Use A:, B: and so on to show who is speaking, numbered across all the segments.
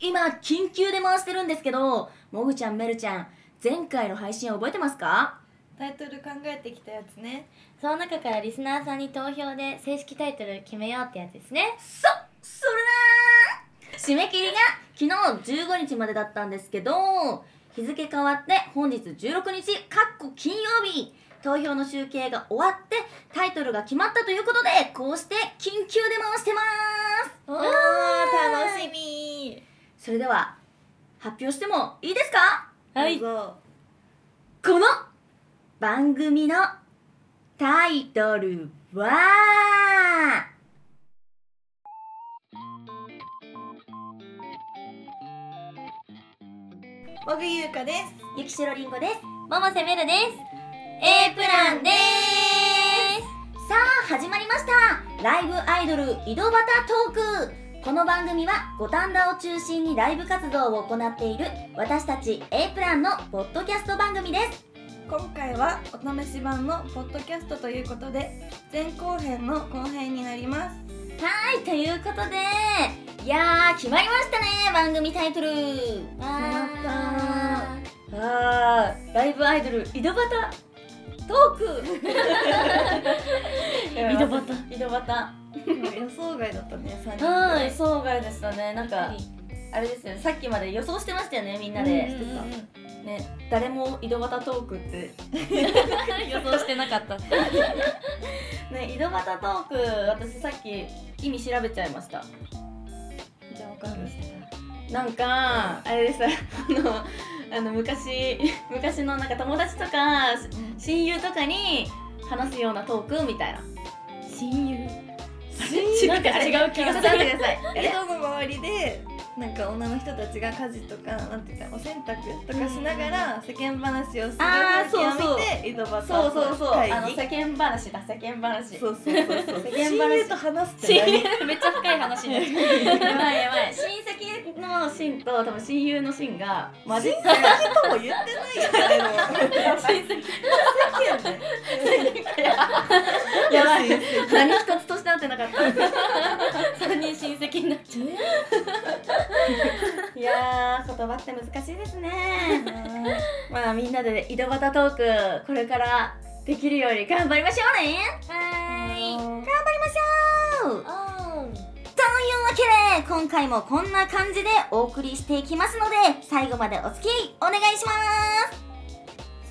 A: 今緊急で回してるんですけどもぐちゃんめるちゃん前回の配信覚えてますか
B: タイトル考えてきたやつね
C: その中からリスナーさんに投票で正式タイトル決めようってやつですね
A: そそれなー締め切りが昨日15日までだったんですけど日付変わって本日16日かっこ金曜日投票の集計が終わってタイトルが決まったということでこうして緊急で回してま
B: おー
A: ー
B: 楽しみ
A: すそれでは発表してもいいですか
B: どうぞ
A: この番組のタイトルは
B: もぐゆうかです
A: ゆきしろりんごです
C: 百瀬めるです
A: A プランですさあ始まりましたライブアイドル井戸端トークこの番組は五反田を中心にライブ活動を行っている私たち A プランのポッドキャスト番組です
B: 今回はお試し版のポッドキャストということで前後編の後編になります
A: はいということでいやー決まりましたね番組タイトル
C: わ
B: 決
C: ー
B: ま
A: あーライブアイドル井戸端トー ク
B: 井戸端
A: 井戸端
B: 予想外だったね3人ぐ
A: は
B: ら
A: い
B: い
A: 予想外でしたねなんかあれですよねさっきまで予想してましたよねみんな
B: うん
A: で、
B: うんうん
A: ね誰も井戸端トークって
C: 予想してなかった
A: ね井戸端トーク私さっき意味調べちゃいました
B: じゃあわかる
A: なんかあれですあ のあの 昔昔のなんか友達とか親友とかに話すようなトークみたいな
C: 親友
A: 違うなんか違う気がする
B: 待ってください江戸の周りでなんか女の人たちが家事とかなんていうかお洗濯とかしながら世間話をするの
A: あーそうそう
B: を見て井戸端
A: そうそうそう
B: 会議
A: あの世間話だ世間話
B: そうそうそ
A: 世
B: うそう
A: 間話
B: 親友と話すって
A: 親
B: 何
A: 友
C: めっちゃ深い話になっちゃ
A: やばいやばい親戚の親と多分親友の親が
B: マ
A: 混
B: ジ
A: じ
B: 親
A: っ
B: 戚とも言ってないよね
A: 親戚
B: でも親戚よね
A: や ばい何一つとして合ってなかった
C: う3人親戚になっちゃう
A: いやー言葉って難しいです ねまあみんなで井戸端トークこれからできるように頑張りましょうね
C: は
A: 頑張りましょう
C: ーい
A: というわけで今回もこんな感じでお送りしていきますので最後までお付き合いお願いします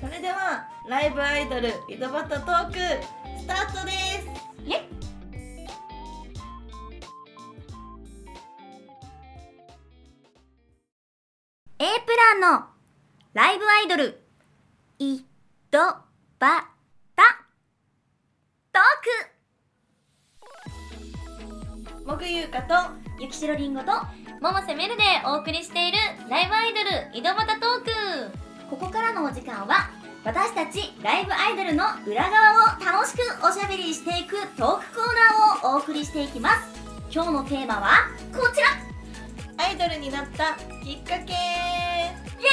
B: それではライブアイドル井戸端トークスタートです
A: エ A プランのライブアイドル井戸端トーク
B: もぐゆうかと
A: ゆきしろりんごと
C: 百瀬めるでお送りしているライブアイドル井戸端トーク
A: ここからのお時間は私たちライブアイドルの裏側を楽しくおしゃべりしていくトークコーナーをお送りしていきます今日のテーマはこちら
B: アイドルになったきっかけ
A: イエ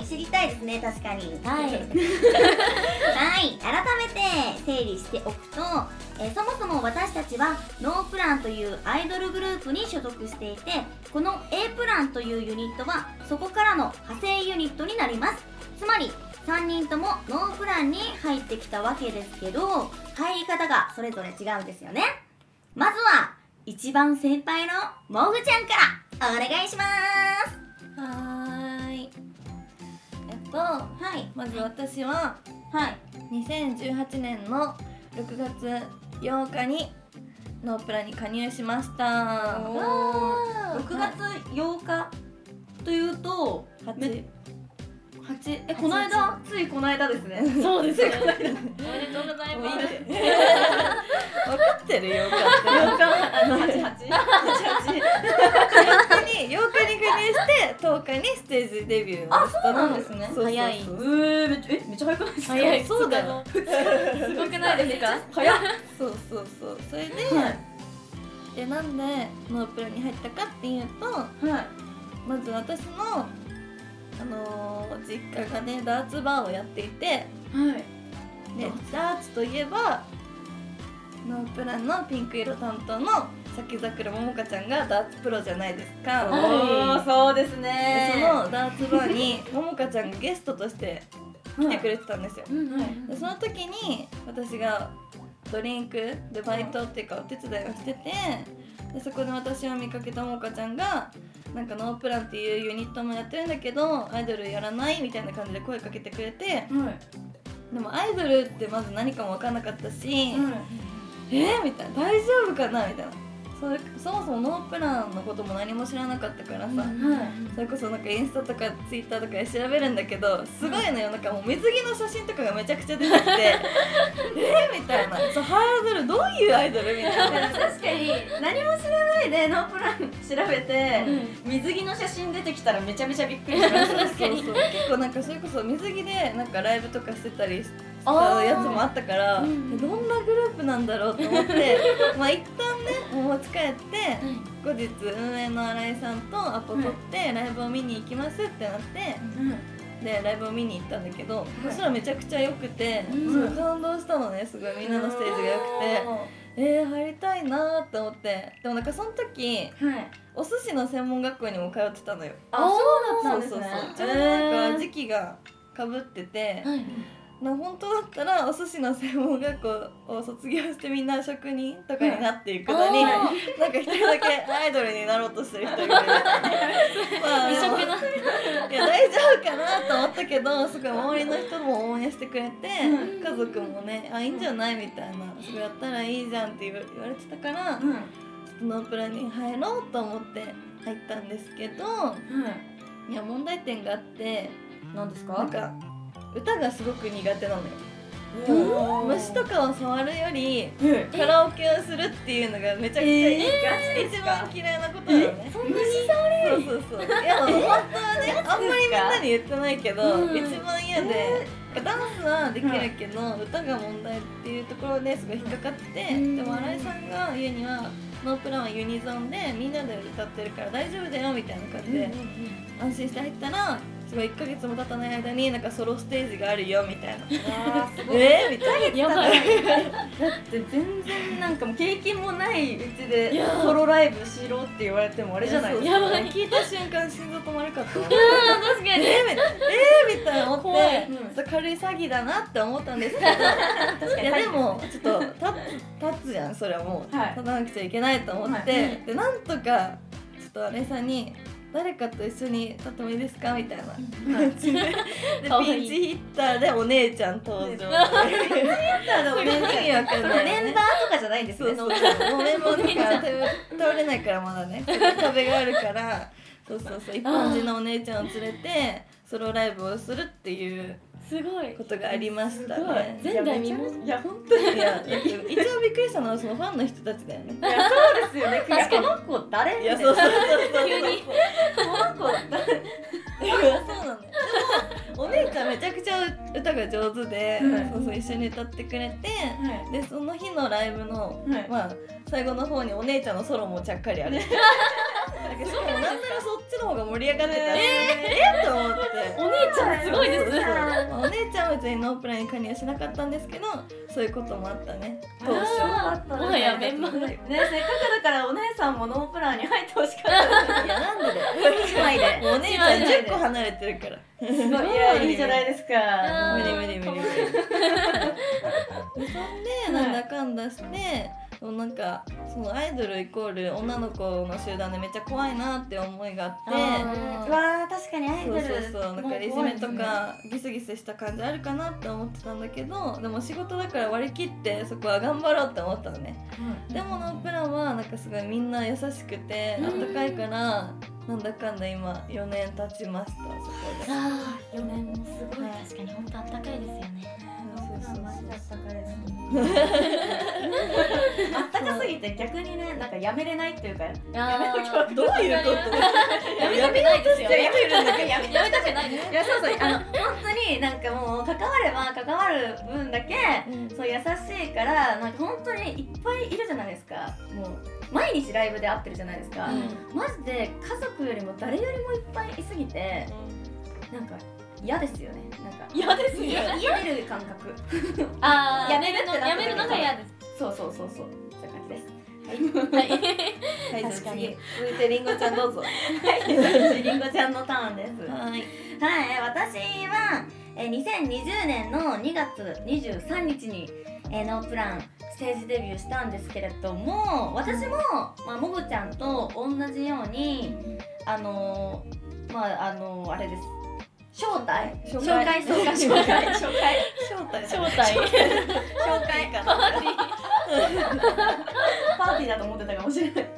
A: ーイ知りたいですね確かに
C: は
A: は
C: い
A: い改めて整理しておくとえーそもそも私たちはノープランというアイドルグループに所属していてこの A プランというユニットはそこからの派生ユニットになりますつまり3人ともノープランに入ってきたわけですけど入り方がそれぞれ違うんですよねまずは一番先輩のもぐちゃんからお願いします
B: はーいえっと
A: はい
B: まず私は
A: はい
B: 2018年の6月8日にノープラに加入しました
A: おー
B: 六
A: 6
B: 月
A: 月8日というと
B: 8
A: 8えこの間ついこの間ですね
C: そうですねおめでとうございます
B: 分かってるよかって
A: 8あの8
B: 本当に8日に加入して10日にステージデビューをしたんですね
C: そうなの早い
B: そうそうそう
A: えー、めっちゃえめっちゃ早くないですか
C: 早い
B: そうだよ
C: すごくないですか
A: 早っ
B: そうそうそうそれで、
A: はい
B: でなんでノープラに入ったかっていうと
A: はい
B: まず私のあのー実家がねダーツバーをやっていて
A: はい
B: でダーツといえばノープランのピンク色担当の咲桜ももかちゃんがダーツプロじゃないですか、
A: はい
D: おーそうです
B: で
D: ね
B: そのダーツバー にももかちゃんがゲストとして来てくれてたんですよ、
A: うんうん
B: でその時に私がドリンクでバイトっていうかお手伝いをしててでそこで私を見かけたももかちゃんが「なんかノープランっていうユニットもやってるんだけどアイドルやらない?」みたいな感じで声かけてくれて
A: うん
B: でもアイドルってまず何かも分かんなかったし、
A: うん
B: えー、みたいな大丈夫かなみたいなそれそもそもノープランのことも何も知らなかったからさ、
A: うん
B: それこそなんかインスタとかツイッターとかで調べるんだけどすごいのよなんかもう水着の写真とかがめちゃくちゃ 出てきてえーみたいなそうハードルどういうアイドルみたい な
D: 確かに何も知らないでノープラン調べて、水着の写真出てきたらめちゃめちゃびっくりしました確か
B: そ
D: に
B: うそう結構なんかそれこそ水着でなんかライブとかしてたりしたやつも あったから、
A: うん
B: どんなグループなんだろうと思ってまあ一旦ねもう持ち帰って後日運営の新井さんとアポ取ってライブを見に行きますってなって。でライブを見に行ったんだけど、そしたらめちゃくちゃ良くて、
A: うん
B: そう感動したのねすごいみんなのステージが良くてえー、入りたいなーって思ってでもなんかその時
A: はい
B: お寿司の専門学校にも通ってたのよ
D: あそうだったんですね
B: そうそうそうちょうどなんか時期がかぶってて、
C: はい
B: な本当だったらお寿司の専門学校を卒業してみんな職人とかになっていくのに、
C: うんあ
B: なんか一人だけアイドルになろうとしてる 人がいてまあ
C: 異色の
B: いや大丈夫かなと思ったけどすごい周りの人も応援してくれて、家族もねあいいんじゃないみたいなそれやったらいいじゃんって言わ言われてたから、
A: うん
B: ノープランに入ろうと思って入ったんですけど
A: はい
B: いや問題点があって
D: 何です
B: な
D: か
B: んか歌がすごく苦手なのよ。
D: うん
B: 虫とかを触るより
D: うん
B: カラオケをするっていうのがめちゃくちゃいい一番嫌いなことなのねそんなにそうそうそういや本当はねあんまりみんなに言ってないけど、
A: うん
B: 一番嫌で、ダンスはできるけど、歌が問題っていうところですごい引っかかって、
A: うん
B: でも新井さんが言うにはノープランはユニゾンでみんなで歌ってるから大丈夫だよみたいな感じで、安心して入ったらすごい1ヶ月も経たない間になんかソロステージがあるよみたいなえー、みたいな
C: やばい
D: で全然なんかもう経験もないうちでソロライブしろって言われてもあれじゃないですか
B: やばい聞いた瞬間心臓止まるかった
C: 確かに
B: えーみたいなえーみたいな思って、ちょっと軽い詐欺だなって思ったんですけどいやでもちょっと立つ立つじゃんそれはもう、
D: はい
B: 立たなくちゃいけないと思って、
D: は
B: でなんとかちょっとあれさんに「誰かと一緒に立ってもいいですか?」みたいな感じでで
C: かわい
B: ピ
C: い
B: ンチヒッターでお姉ちゃん登場意味わかんないよ
D: そうメン
B: ね
D: バーとかじゃないんです
B: そう
D: ね
B: そうそうもうメンバーとか手倒れないからまだね壁があるからそうそうそう一般人のお姉ちゃんを連れてソロライブをするっていう
C: すごい
B: ことがありました
C: すごい
B: ね
C: 前代未聞
D: いや本当に
B: いやだって一応びっくりしたのはそのファンの人たちだよね
D: いやそうですよね
C: 確か
D: い
C: に
D: やこの子誰
B: いやそうそうそうそう
C: 急に
D: この子誰
B: そうなのでもお姉ちゃんめちゃくちゃ歌が上手で、
D: うん
B: そうそう一緒に歌ってくれて、
D: は
B: でその日のライブの、
D: はい
B: まあ最後の方にお姉ちゃんのソロもちゃっかりあるなんかしかもなんならそっちの方が盛り上がってたええと思って
C: お姉ちゃんすごいです
B: そうそうまあお姉ちゃんは別にノープランに加入はしなかったんですけどそういうこともあったね
D: どうしようだった
C: もはやメンバー
D: ねせっかくだからお姉さんもノープランに入ってほしかった
B: いやなんでだよ
D: 一枚で
B: もうお姉ちゃん10個離れてるから
D: すごいいやいいじゃないですか
C: あ
B: 無理
C: ー
B: 無理無理無理で そんでなんだかんだして、もうなんかそのアイドルイコール女の子の集団でめっちゃ怖いなって思いがあって
A: うん
C: あ
A: わあ確かにアイド
B: そ
A: ル
B: うそうそうなん
A: も
B: か
A: う
B: いじ
A: 怖
B: め
A: です
B: と
A: ね
B: かギスギスした感じあるかなって思ってたんだけどでも仕事だから割り切ってそこは頑張ろうって思ったのねでもノープランはなんかすごいみんな優しくてあったかいからなんだかんだ今4年経ちましたそこで
C: あー4年もすごい
B: はい
C: 確かに本当あったかいですよね
B: そうそうそう
D: あったかすぎて逆にねなんかやめれないっていうかや
C: やめ と
B: どういうこと
C: やめたくないですよね
D: めるんだけどやめ
C: やめたくないです
D: いやそうそうあの本当になんかもう関われば関わる分だけそう優しいからなんか本当にいっぱいいるじゃないですかもう毎日ライブで会ってるじゃないですか、マジで家族よりも誰よりもいっぱいいすぎてなんか嫌ですよねなんか
C: 嫌ですよ
D: 家家出る感覚
C: あー
D: やめるってなった時
C: やめるのが嫌です
D: そうそうそうそうそういう感じで す
B: はい、じゃあ
D: 確か
B: 次
D: に
B: 続いてりんごちゃんどうぞ。
D: りんごちゃんのターンです
B: はい。
D: はい私はえー2020年の2月23日にえーノープランステージデビューしたんですけれども私も、まあ、もぐちゃんと同じようにあのーまああのーあれです招待
B: 紹
D: 紹
B: 介
D: 介そうか 紹介紹介
B: 招待。
C: 正体
D: 紹介かなパーティーだと思ってたかもしれない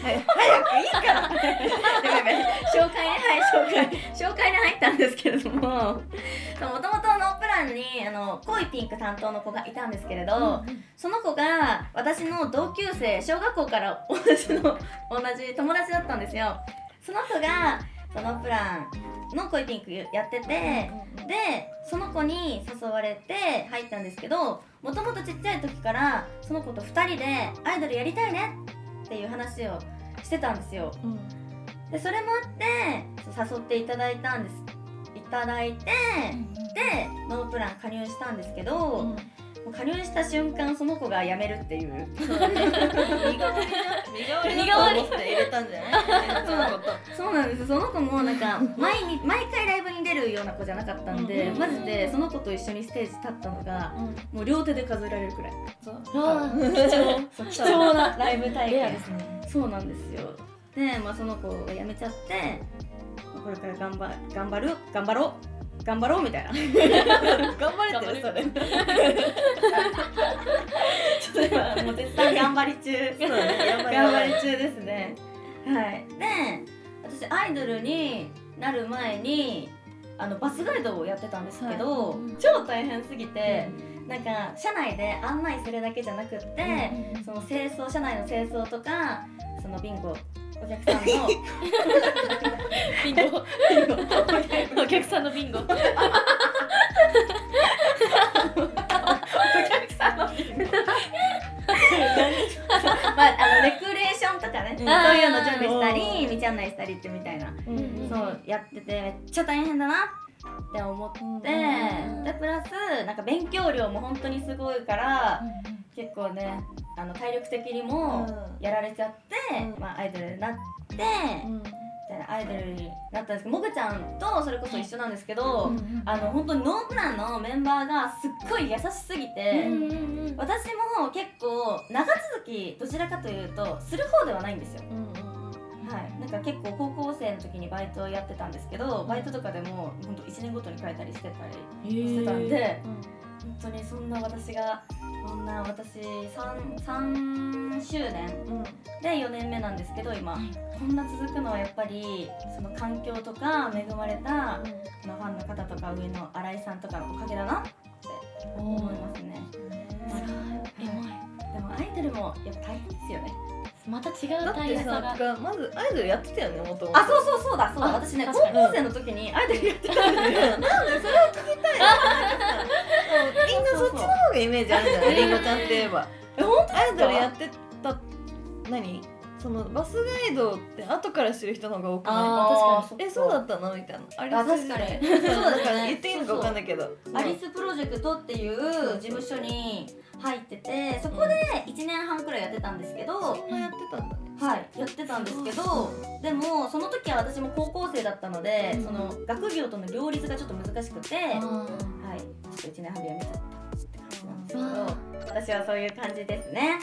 B: はい。
D: いいからやばいやばい紹介ねはい紹介紹介に入ったんですけれどももともとノープランにあの濃いピンク担当の子がいたんですけれど、その子が私の同級生小学校から同じの同じ友達だったんですよその子がそのプランの濃いピンクやってて、でその子に誘われて入ったんですけどもともとちっちゃい時からその子と2人でアイドルやりたいねっていう話をしてたんですよ
B: うん。
D: でそれもあってそう誘っていただいたんですいただいてでノープラン加入したんですけど、
B: うん。
D: もう加入した瞬間その子が辞めるっていう
B: 身代わりだ。身代わりだと思って入れたんじゃない？そうなこと。
D: そうなんですその子もなん か毎日毎回ライブに出るような子じゃなかったんで、
B: うん
D: マジでその子と一緒にステージ立ったのがもう両手で数えられるくらい
B: そう。
C: あー貴重
D: そう貴重なライブ体
C: レア
D: 験
C: ですね
D: そうなんですよで、まあ、その子が辞めちゃってまあこれから頑張頑張る頑張ろう頑張ろうみ たいな
B: 頑張れてるそれ。
D: ちょっと今もう絶対頑張り中
B: そうだね。
D: 頑張り中ですねはいで私アイドルになる前にあのバスガイドをやってたんですけど、超大変すぎて、なんか車内で案内するだけじゃなくって、その清掃車内の清掃とかそのビンゴお客さんの
C: ビンゴお客さんのビンゴ
D: まあ、あのレクレーションとかねそういうの準備したり道案内したりってみたいな、
B: うんうん。
D: そうやっててめっちゃ大変だなって思って、でプラスなんか勉強量も本当にすごいから、結構ねあの体力的にも
B: う
D: やられちゃって、
B: うん
D: まあ、アイドルになって、
B: うん。
D: みたいなアイドルになったんですけどもぐちゃんとそれこそ一緒なんですけど、
C: うんうん
D: あの本当にノープランのメンバーがすっごい優しすぎて、
C: うんうんうん
D: 私も結構長続きどちらかというとする方ではないんですよ。
B: うん
D: はい、なんか結構高校生の時にバイトをやってたんですけどバイトとかでも本当1年ごとに変えたりしてたりしてたんで、本当にそんな私がこんな私 3, 3周年
B: うん。うん。
D: で4年目なんですけど今、こんな続くのはやっぱりその環境とか恵まれた、あのファンの方とか上の新井さんとかのおかげだなって思いますね、
C: エモい
D: でもアイドルもやっぱ大変ですよね
C: また違う
B: だっ
C: 大
B: て
C: 変さ
B: さ
C: が、
B: まずアイドルやってたよね、もともと。
D: あそうそうそうだそうだ
C: あ
D: 私ね高
C: 確かに
D: 校生の時にアイドルやってたんですよ
B: なんでそれを聞きたいみんなそっちの方がイメージあるじゃないりんごちゃんって言えば
D: え本
B: アイドルやってた何そのバスガイドって後から知る人の方が多くな
C: あー
D: 確
B: いえそうだったのみたいな
D: あ確かに
B: そうだから言っていいのか分かんないけど
D: アリスプロジェクトっていう事務所に入っててそこで1年半くらいやってたんですけど、
B: そんなやってたんだね
D: はい、やってたんですけどでもその時は私も高校生だったので、
B: うん
D: その学業との両立がちょっと難しくて、はい、ちょっ
C: あ
D: と1年半でやめちゃったって感じなんですけど
C: わ
D: 私はそういう感じですね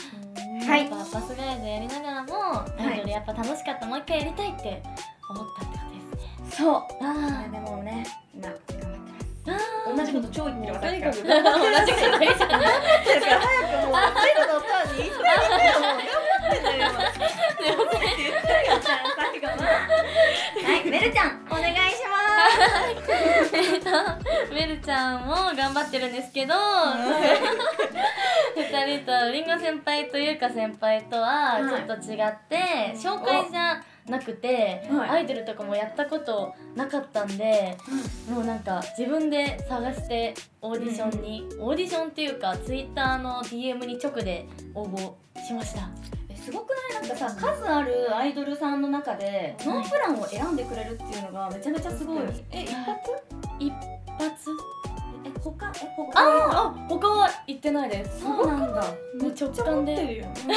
C: ー
D: はい
C: やっぱバスガイドやりながらもアイドルやっぱ楽しかった、もう一回やりたいって思ったってことですね
D: そう
C: あ
D: でもね今頑張ってます
C: あ
D: 同じこと超言ってる
B: と
D: わ
B: に
D: 私
B: か
D: が
B: く頑張って
C: 同じこと言っちゃった
B: るから早くもう最後のターンに行ってあげてよもう頑張ってんだよ
D: 最後ははいメルちゃんお願いします
C: えっとメルちゃんも頑張ってるんですけど2人とりんご先輩とゆうか先輩とは
D: はい
C: ちょっと違って、紹介じゃなくて、
D: はい
C: アイドルとかもやったことなかったんで、もうなんか自分で探してオーディションに、オーディションっていうかツイッターの DM に直で応募しました
D: えすごくないなんかさ数あるアイドルさんの中で
C: い
D: ノンプランを選んでくれるっていうのがめちゃめちゃすごい
B: え一発
C: 一発
D: え他え他
C: ああ他は行ってないです
D: そうなんだ
C: もう直感で
B: るよね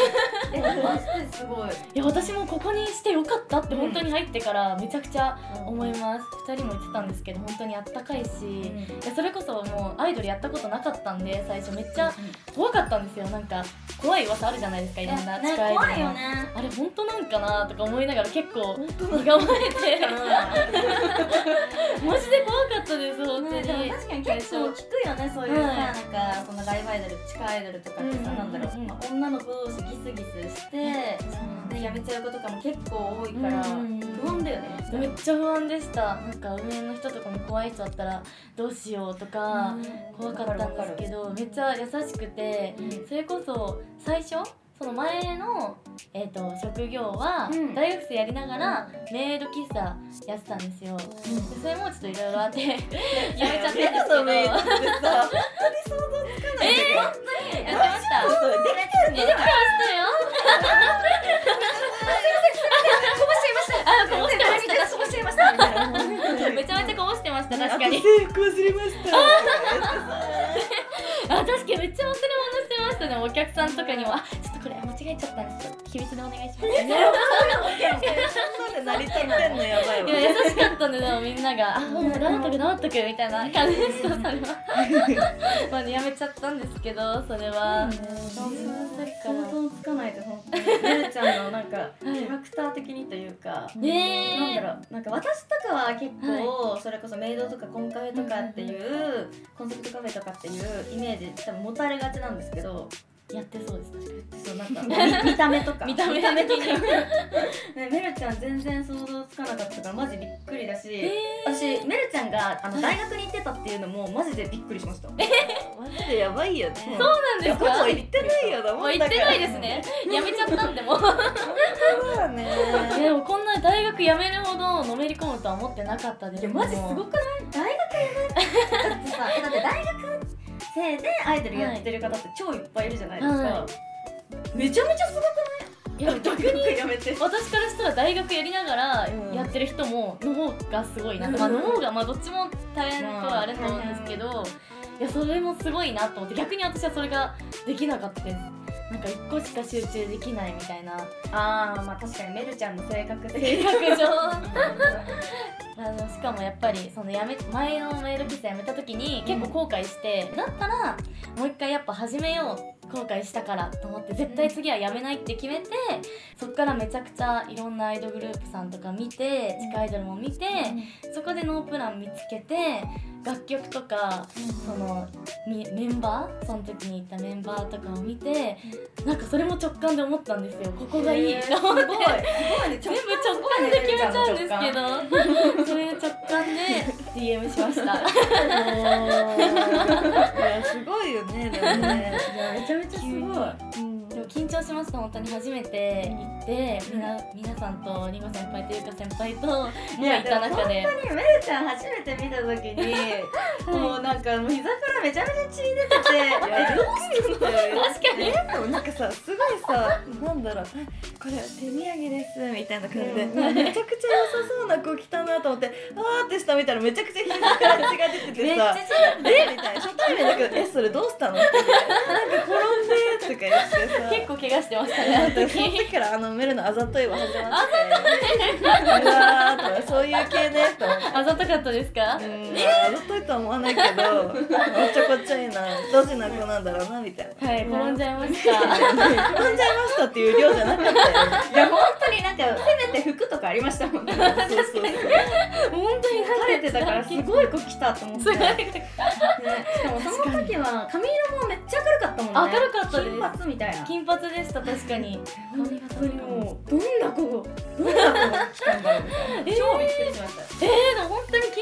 D: えマジです ごい
C: いや私もここにしてよかったって本当に入ってからめちゃくちゃ思います、2人も言ってたんですけど本当にあったかいし、いやそれこそもうアイドルやったことなかったんで最初めっちゃ怖かったんですよなんか怖い噂あるじゃないですかいろんな地
D: ね
C: 下アイドルの
D: 怖いよね
C: あれ本当なんかなとか思いながら結構身構えてマジで怖かったです本当
D: ね
C: に、
D: でも確かに結構聞くよねそういうさ、
C: はい
D: なんかそのライブアイドル地下アイドルとかってさ、
C: うん
D: なんだろう、
C: うん
D: まあ女の子同士ギスギスして、でやめちゃう子とかも結構多いから、
C: うん
D: 不安だよね
C: めっちゃ不安でしたなんか運営の人とかも怖い人だったらどうしようとか怖かったんですけどめっちゃ優しくてそれこそ最初その前の、えー、と職業は
D: うん
C: 大学生やりながらメイド喫茶やってたんですよ、でそれもちょっといろいろあってやめちゃったんですけど
B: それ
C: やって
B: さ
C: ました
B: それで
C: え、でも、来ましたよ。すみません、すみません、こぼしちゃいました。あ、こぼしちゃいました。こぼしちゃいました。めちゃめちゃこぼしてました、確かに。
B: 制服忘れました
C: あ、確かに、めっちゃ忘れ物してましたね、お客さんとかにも、あ、ちょっとこれ間違えちゃったんです。ちょっと秘密でお願いします。
B: そんで成り立ってんのやばいわ
C: いや、優しかったんで、でも、みんなが、あ、もう黙っとく、黙っとくみたいな感じでした、それは。まあ、やめちゃったんですけど、それは。
D: 想
C: 想
D: 像つかないで本当にルーちゃんのなんかキャラクター的にというかなん
C: ね
D: だ
C: え。
D: ろうなんか私とかは結構、それこそメイドとかコンカフェとかっていう、コンセプトカフェとかっていうイメージ多分持たれがちなんですけど
C: やってそうです、確かに。
D: そうなんか見見た目とか
C: 見た目
D: とかねメルちゃん全然想像つかなかったからマジびっくりだし、私メルちゃんがあの大学に行ってたっていうのもマジでびっくりしました
B: マジでやばいよねそう
C: そうなんです
B: こ
C: か
B: と。言ってないよだ
C: も
B: も
C: うん行ってないですね。やめちゃったんで もう。
B: そうだね
C: いやでもこんな大学辞めるほどのめり込むとは思ってなかったです
D: いやマジすごくない大学やばいだってさえだって大学生でアイドルやってる方って超いっぱいいるじゃないですか、
C: は
D: めちゃめちゃすごく
C: いや
D: 逆にやめて
C: 私からしたら大学やりながら
B: うん
C: やってる人もの方がすごいな、
D: うん
C: まあの方がまあどっちも大変とはあれと思うんですけど、いやそれもすごいなと思って逆に私はそれができなかったですなんか一個しか集中できないみたいな
D: ああまあ確かにメルちゃんの性格
C: 性
D: で
C: 格上あのしかもやっぱりそのやめ前のメール喫茶やめた時に結構後悔して、だったらもう一回やっぱ始めよう後悔したからと思って絶対次はやめないって決めて、そっからめちゃくちゃいろんなアイドルグループさんとか見て地下アイドルも見て、そこでノープラン見つけて楽曲とかそのみメンバーその時に行ったメンバーとかを見て、なんかそれも直感で思ったんですよここがいいと思って
D: すごいす
C: 全
D: ごいね
C: 部直感で決めちゃうんですけど それ直感で DM しました
B: いやすごいよねでもね
D: めちゃめちゃすごい
C: でも緊張しました本当に初めて行ってみな皆さんとりご先輩とゆうか先輩ともう行った中で
D: 本当にメルちゃん初めて見た時に、もうなんかもう膝からめちゃめちゃ血出ててえどう
B: 確か
C: に
B: でもなんかさすごいさなんだろうあこれ手土産ですみたいな感じで、めちゃくちゃ良さそうな子来たなと思ってあーって下見たらめちゃくちゃ膝から血が出ててさえみたいな初対面だけどえそれどうしたのって言ってなんか転んでとか言ってさ
C: 結構怪我してました
B: だ
C: ね
B: ってその時からあのメルのあざといは始まってうわーとかそういう系ねと思って。
C: あざとかったですか
B: うんあざといとは思わないけどおっちょこちょいなドジな子なんだろうなみたいな
C: はい転んじゃいました
B: 飛んじゃいましたっていう量じゃなかったよ
D: いや本当になんかせめて服とかありましたもんね
B: そうそうそう
D: 本当に垂れてたからすごい子来たと思って、 ね、しかもその時は髪色もめっちゃ明るかったもんね
C: 明るかったです
D: 金髪みたいな
C: 金髪でした確かに髪型
D: 本当にもうどんな子がどんな子が来たんだろうみたいな超びっくりしました
C: えー、でも本当に緊張し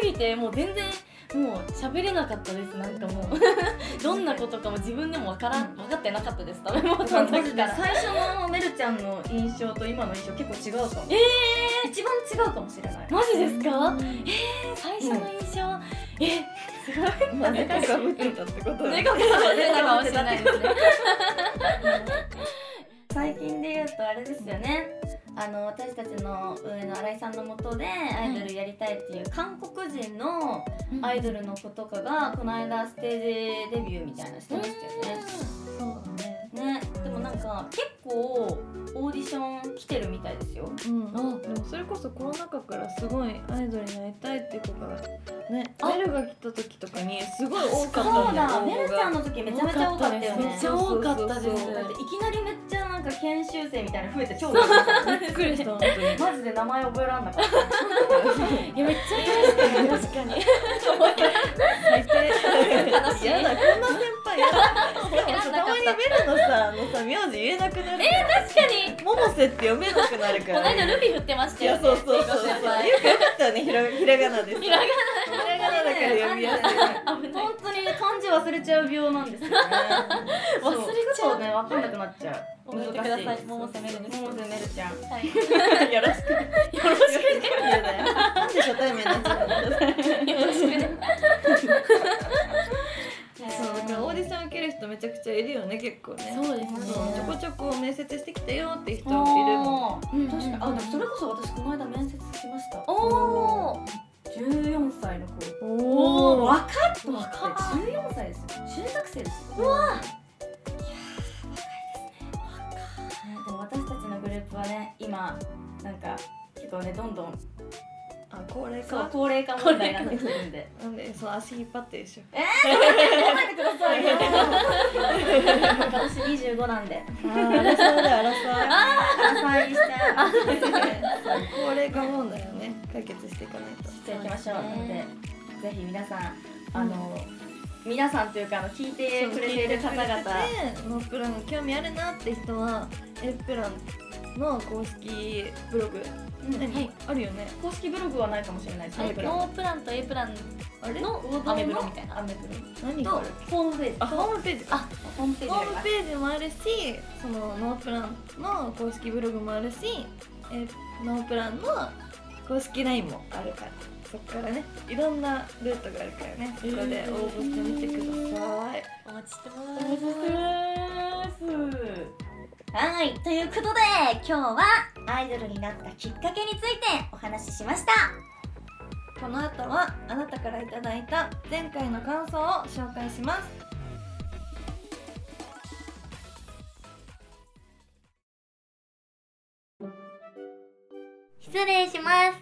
C: すぎてもう全然もう喋れなかったですなんかもうどんなことかも自分でもわからん分かってなかったです食べ物の
D: 最
C: 時から
D: 初のメルちゃんの印象と今の印象結構違うかも
C: え
D: 一番違うかもしれない
C: ー、マジですかえー、最初の印象、え
B: まあ猫かぶってたってことだね
C: 猫が出たかもしれないですね
D: 最近で言うとあれですよねあの私たちの運営の新井さんのもとでアイドルやりたいっていう韓国人のアイドルの子とかがこの間ステージデビューみたいなしてましたよね。
B: そうだね
D: ね、でもなんか結構オーディション来てるみたいですよ。
B: うん、でもそれこそコロナ禍からすごいアイドルになりたいっていう子がねメルが来た時とかにすごい多かった
D: そうだ、
B: 応
D: メ
B: 募
D: ルち
B: が
D: ゃんの時めちゃめちゃ多かったよ
C: め
D: ね
C: っち。ゃ多かったです
B: そうそうそうそう
D: だっていきなりめっちゃなんか研修生みたいなの増えて超多かった
B: びっくりした本当に
D: マジで名前覚えらんなかった。
C: いやめっちゃ嬉しかった確かに
B: 最低やだこんな先輩やだしかもさたまにメルのさあのさ名字言えなくなるえ
C: 確かに
B: 百瀬って読めなくなるか
C: この
B: ら
C: 間ルビー振ってました
B: い
C: よ
B: や
C: ね
B: そうそうそうそうよ
C: 先
B: く
C: 輩
B: よかったよねひらひらがなです
C: ひらが
B: ひらがなだから読みやすい
C: 危ない
D: 本当に漢字忘れちゃう病なんですよね。
C: 忘れちゃう
D: そうね、わかんなくなっちゃう。
C: 覚えてください桃瀬
D: め
C: めるです
D: 桃瀬めるちゃん。
C: はい
D: よろしく。
B: 嫌だよなんで初対面になっちゃったの
C: よろしくね
B: そうだからオーディション受ける人めちゃくちゃいるよね結構ね
C: そうです
B: そう
C: ね
B: ちょこちょこ面接してきたよって人いるもん
D: あ
C: うん
D: ー確かに。あ、でもそれこそ私この間面接しました。
C: おー
D: 14歳の子。
B: お
D: 若い
C: 若っ
D: 14歳ですよ中学生ですようわいやー若いですね若いでも私たちのグループはね今なんか結構ねどんどん
B: あこれ
D: そう
B: か
D: 高齢化問題になってきてるんで
B: なんでそう足引っ張ってるでし ょ
D: 頑張ってくださいよ私25なんで
B: あー争いだよ 争
D: 浅いしちゃう
B: い高齢化問題をね解決していかないと
D: じゃあ行きましょうな
C: そう
D: の
C: で
D: でぜひ皆さんあの、皆さんというかあの聞いてくれている方々
B: ノープラン興味あるなって人は A プランの公式ブログ、何
C: はい
B: あるよね
D: 公式ブログはないかもしれないです
C: はい
D: ねブログ
C: ノープランと A プラン
B: あれ
C: のアメブロみたいな
D: アメブロ
B: 何があ
D: と
B: る
D: ホームページ
B: あホームページあ
D: ホームページ
B: ホー
D: あり
B: ム
D: ます
B: ページもあるしそのノープランの公式ブログもあるしえノープランの公式 LINE もあるからそっからねいろんなルートがあるからねそこで応募してみてください、
C: お待ちしてま
D: お待ちしてます
A: はい、ということで今日はアイドルになったきっかけについてお話ししました
B: この後はあなたからいただいた前回の感想を紹介します
A: 失礼します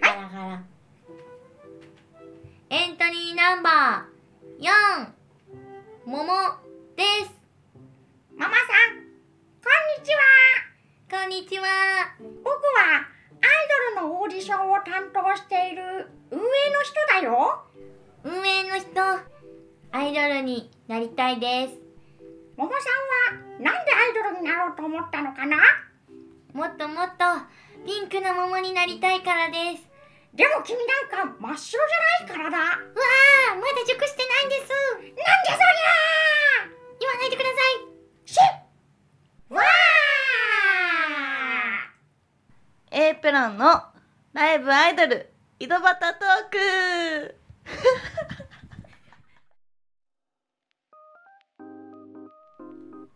A: ガラガラエントリーナンバー4桃ですママさんこんにちはこんにちは
E: 僕はアイドルのオーディションを担当している運営の人だよ
A: 運営の人アイドルになりたいです
E: ももさんはなんでアイドルになろうと思ったのかな
A: もっともっとピンクの桃になりたいからです
E: でも君なんか真っ白じゃないからだなんで
A: わあまだ熟してないんです
E: そりゃ
A: 言わないでください
E: しわー
B: A プランのライブアイドル井戸端トーク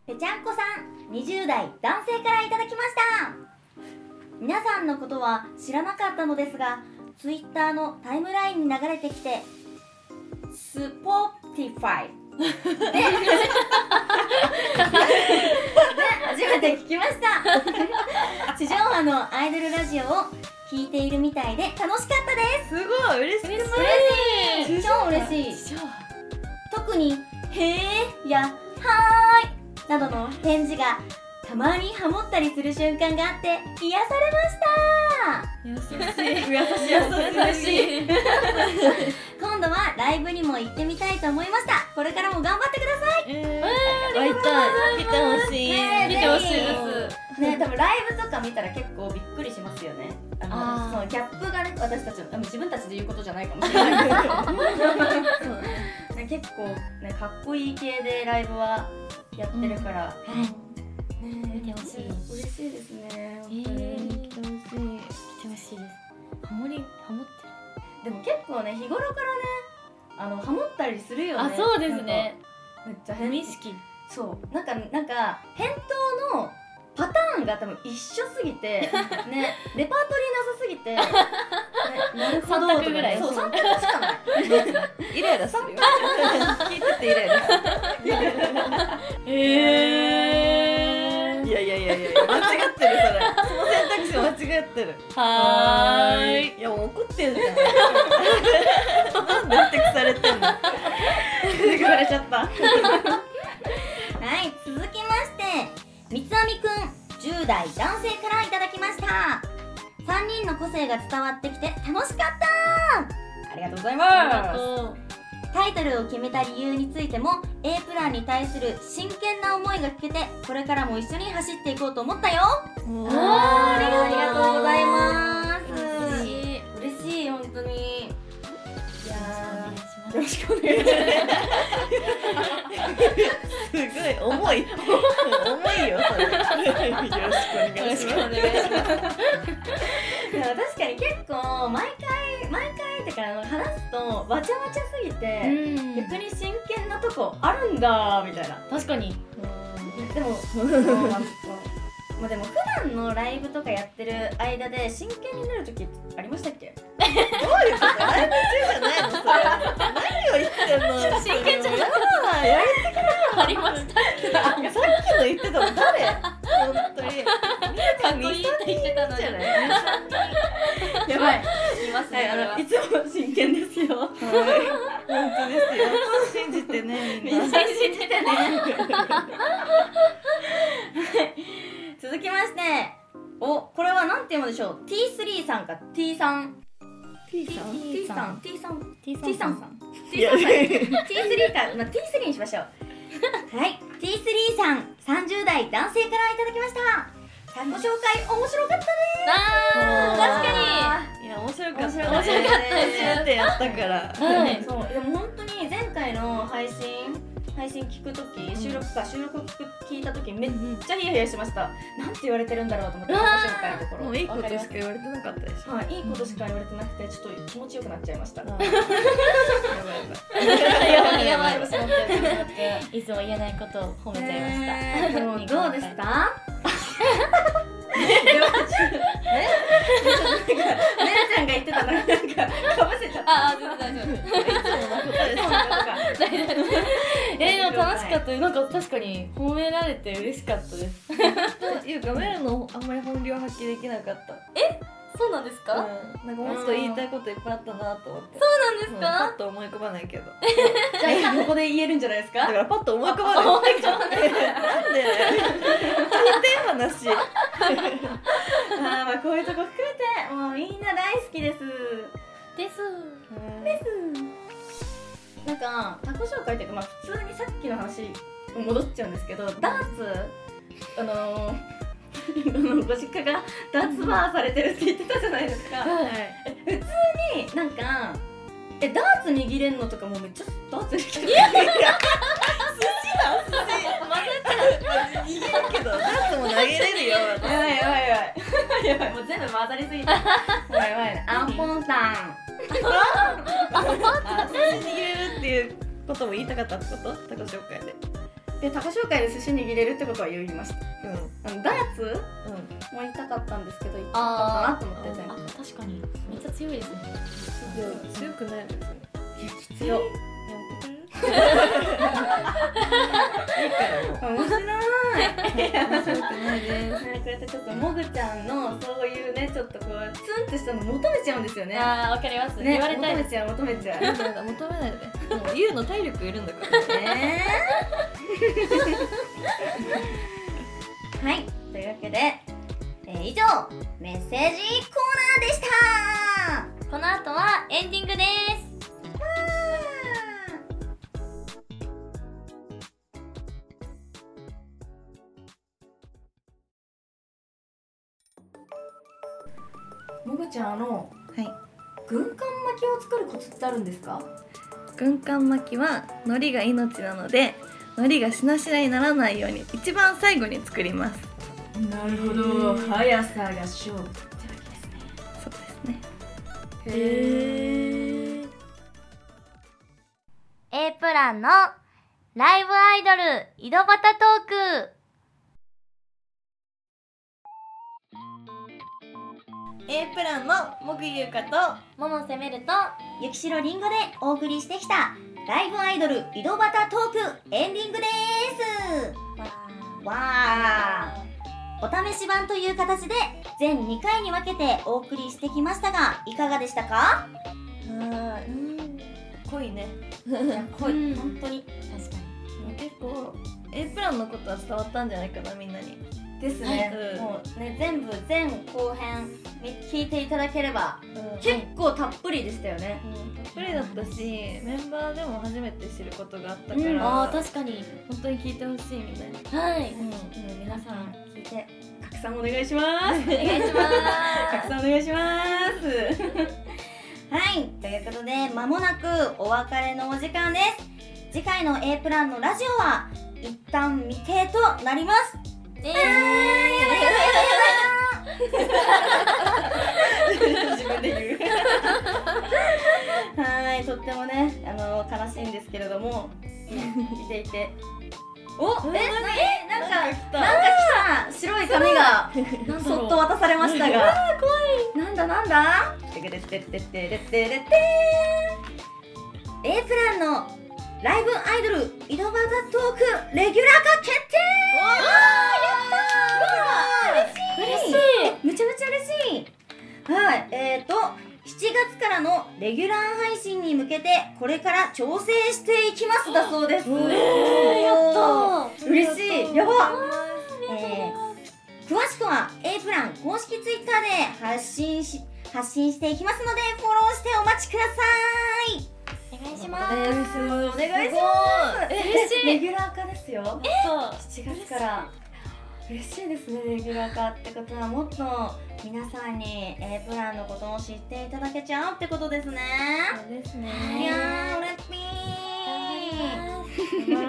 A: ぺちゃんこさん20代男性からいただきました皆さんのことは知らなかったのですが Twitter のタイムラインに流れてきて
D: スポティファイ
A: 初めて聞きました地上波のアイドルラジオを聞いているみたいで楽しかったです
B: ごい嬉しくない
A: す嬉しい超嬉しい
C: すじゃ
A: 特に「へえ」や「はーい」などの返事がたまにハモったりする瞬間があって癒されました
B: 優しい
C: あ優しい
A: 今度はライブにも行ってみたいと思いましたこれからも頑張ってくださ
B: えー、会いたい来てほしい、
A: ね
C: 見てほしいです
D: ね多分ライブとか見たら結構びっくりしますよねあの
C: あー
D: そのギャップがね私たちのあの自分たちで言うことじゃないかもしれないけど、ね、結構ねかっこいい系でライブはやってるから、
A: い、はい
C: 見てほしい
D: 嬉しいですね
C: えー
B: 来てほしい
C: 来てほしいですハモリハモって
D: でも結構ね日頃からねあのハモったりするよ
C: あ
D: ね
C: そうですね
D: なんかめっちゃ変
C: 無意識
D: そうなんかなんか返答のンが多分一緒すぎ てねレパートリーなさすぎて、ね、なるほどとかね
C: 三択ぐらい
D: そう3択しか ない
B: イライラするよ聞いててイライラする
C: へ
B: いやいやいやいや間違ってるそれその選択肢間違ってる
C: はーい
B: いやもう怒ってるじゃんなんでふてくされてんの
D: 言われちゃった
A: はい、続きまして、三つ編みくん、10代男性からいただきました。3人の個性が伝わってきて楽しかったありがとうございます。タイトルを決めた理由についても、A プランに対する真剣な思いが聞けて、これからも一緒に走っていこうと思ったよ
B: お
A: ありがとうございます。
C: い
D: 嬉しい本当にいやー
B: よろしくお願いします。すごい重い。重いよ。それよろしくお願いします。
D: いや確かに結構毎回毎回ってから話すとわちゃわちゃすぎて、逆に真剣なとこあるんだみたいな
C: 確かに
D: でもそうなんですよまあでも普段のライブとかやってる間で真剣になる時ってありましたっけ
B: ライブ中じゃないのそれ。何を言ってんの。
C: 真剣じゃなか
B: ああやり
C: ったありました
B: たい。さっきの言ってたの誰？本当に。
C: かっこいいって言ってたのに
B: じゃない。
D: やばい
C: います
D: はい
C: ね
D: あ
C: あれは
D: のいつも真剣ですよ
B: はい。本当ですよ。信じてねみんな。
C: 信じててね
D: 続きましておこれはなんて読むでしょう T3 さんか T さん
B: T さん。
D: T さん T さん
C: T さ
D: T さん
C: ん
D: さん
B: いや
D: T3 か、まあ、T3 にしましょう
A: はい、T3 さん、30代男性からいただきました。ご紹介面白かった
C: あー確かに
B: に。いや面白かった。
D: 面白かったです
B: 初めてやったから。
C: はい
D: そうでも本当に前回の配信配信聞くとき収録か収録聞く聞いたときめっちゃヒヤヒヤしましたなんて言われてるんだろうと思って
C: うわー
D: 私みたいなところ
B: もういいこと
D: わかり
B: し
D: ま
B: か
D: す
B: 言われてなかったでしょ。
D: はい、いいことしか言われてなくてちょっと気持ちよくなっちゃいました、
B: やばい
C: やばい
D: や
C: や
D: ば
C: ば
D: い
C: い
D: 私持ってる
C: いつも言えないことを褒めちゃいました。
D: もうどうです
C: か？
D: かえメラちゃんが言ってたのになんかかぶせちゃった
C: ああ大丈夫大丈夫。えー、でも楽しかった。なんか確かに褒められて嬉しかったです。
B: というかメルのあんまり本領発揮できなかった。
C: そうなんですか？
B: うん、なんかもうちょっと言いたいこといっぱいあったなと思って。
C: そうなんです
B: パ
C: か？
B: ッと思い浮かばないけど。
D: じゃあ今ここで言えるんじゃないです
B: だか
D: か
B: らパッと思い浮かばない。思い浮かば ない。なんで？聞いて話。
D: あ ーまあこういうとこ含めてもうみんな大好きです
C: です。
D: なんか他己紹介というか、まあ、普通にさっきの話に戻っちゃうんですけどダーツあのー ご実家がダーツバーされてるって言ってたじゃないですか
C: はい
D: え普通になんかえダーツ握れんのとかもうめっちゃダーツ握れる
B: いいけど、ダンスも投げれるよ。
D: やばいやばいやばいやばいもう全部混ざりすぎた やばいやばいねアンポンさん
B: あ、寿司握れるっていうことも言いたかったってこと？タコ紹介で。
D: で他己紹介で寿司握れるってことは言いました
B: うん
D: あのダーツ
B: うん。
D: も言いたかったんですけど言ってな
C: あ
D: かったなと思って全
C: あ
D: 部
C: 確かにめっちゃ強いですね。
B: 強くないですね。
D: 必要
B: いいから
D: 面白
B: も
D: い
B: う。強くないです。
D: ねこれってちょっともぐちゃんのそういうねちょっとこうツンとしたの求めちゃうんですよねね
C: ああわかります。言われたい
D: 求めち
C: です。
D: ゃう求めちゃう
B: なんだなんだ求めないで。もう言うの体力いるんだから。
D: ね
A: ーはい、というわけで、えー以上、メッセージコーナーでした
C: この後はエンディングです。
D: もぐちゃんあの
B: はい
D: 軍艦巻きを作るコツってあるんですか
B: 軍艦巻きは海苔が命なので海苔がしなしなにならないように一番最後に作ります
D: なるほど速さが勝負ってわけですね
B: そうですね
C: A プランのライブアイドル井戸端トーク
B: A プランの木優香と
A: ももせめるとゆきしろりんごでお送りしてきたライブアイドル井戸端トークエンディングですわーお試し版という形で全2回に分けてお送りしてきましたがいかがでしたか
B: うん濃いね
A: 濃い本当に
C: 確かに
B: 結構 A プランのことは伝わったんじゃないかなみんなに
D: ですね、
B: はいうん
D: もうね全部前後編み聞いていただければ
B: 結
D: 結構たっぷりでしたよね、
B: 構たっぷりだったしメンバーでも初めて知ることがあったから、
D: うん
C: ああ
B: 本
C: 確かに
B: 当に聞いてほしいみたいな
C: はい
D: うん皆さん聞いて拡散お願いします
C: お願いしま
D: 拡散お願いします
A: はいということで間もなくお別れのお時間です次回の A プランのラジオは一旦未定となります
C: すえ
D: 自分で言うはいとってもねあの悲しいんですけれども聞いていておええなんかな んか来た白い紙が
C: ー、なんだ
D: そ
C: ろ
D: っ
C: う
D: と渡されましたが怖いなんだなんだてくれてってってれってれって
A: A プランのライブアイドル井戸端トークレギュラー化決定
C: 嬉しい
A: めちゃめちゃ嬉しいはいえー、と7月からのレギュラー配信に向けてこれから調整していきますだそうです
C: えー、やった
A: 嬉しいやばえー詳しくは A プラン公式ツイッターで発信し発信していきますのでフォローしてお待ちください
C: お願いし
B: え
C: ま
B: ーすごいお願いし
C: す嬉しい
D: レギュラー化ですよ
C: そう
D: 7月から嬉しいですねレギュラー化ってことはもっと
A: 皆さんに A プランのことを知っていただけちゃうってことですね
B: ますですね
A: いやーうれしい
C: 頑張ろう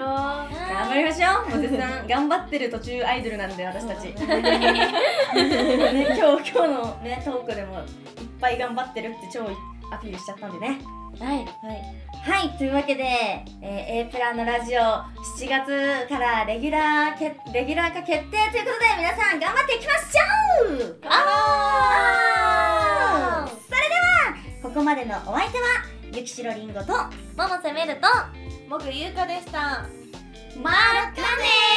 D: 頑張りましょうもずさん頑張ってる途中アイドルなんで私たち、 ね、今日今日のねトークでもいっぱい頑張ってるって超アピールしちゃったんでね
C: はい
A: はい、というわけで、えー A プランのラジオ7月からレギュラーけレギュラー化決定ということで皆さん頑張っていきましょうあーそれではここまでのお相手はゆきしろりんごと
C: ママ攻めると
B: 僕ゆうかでした
A: またねー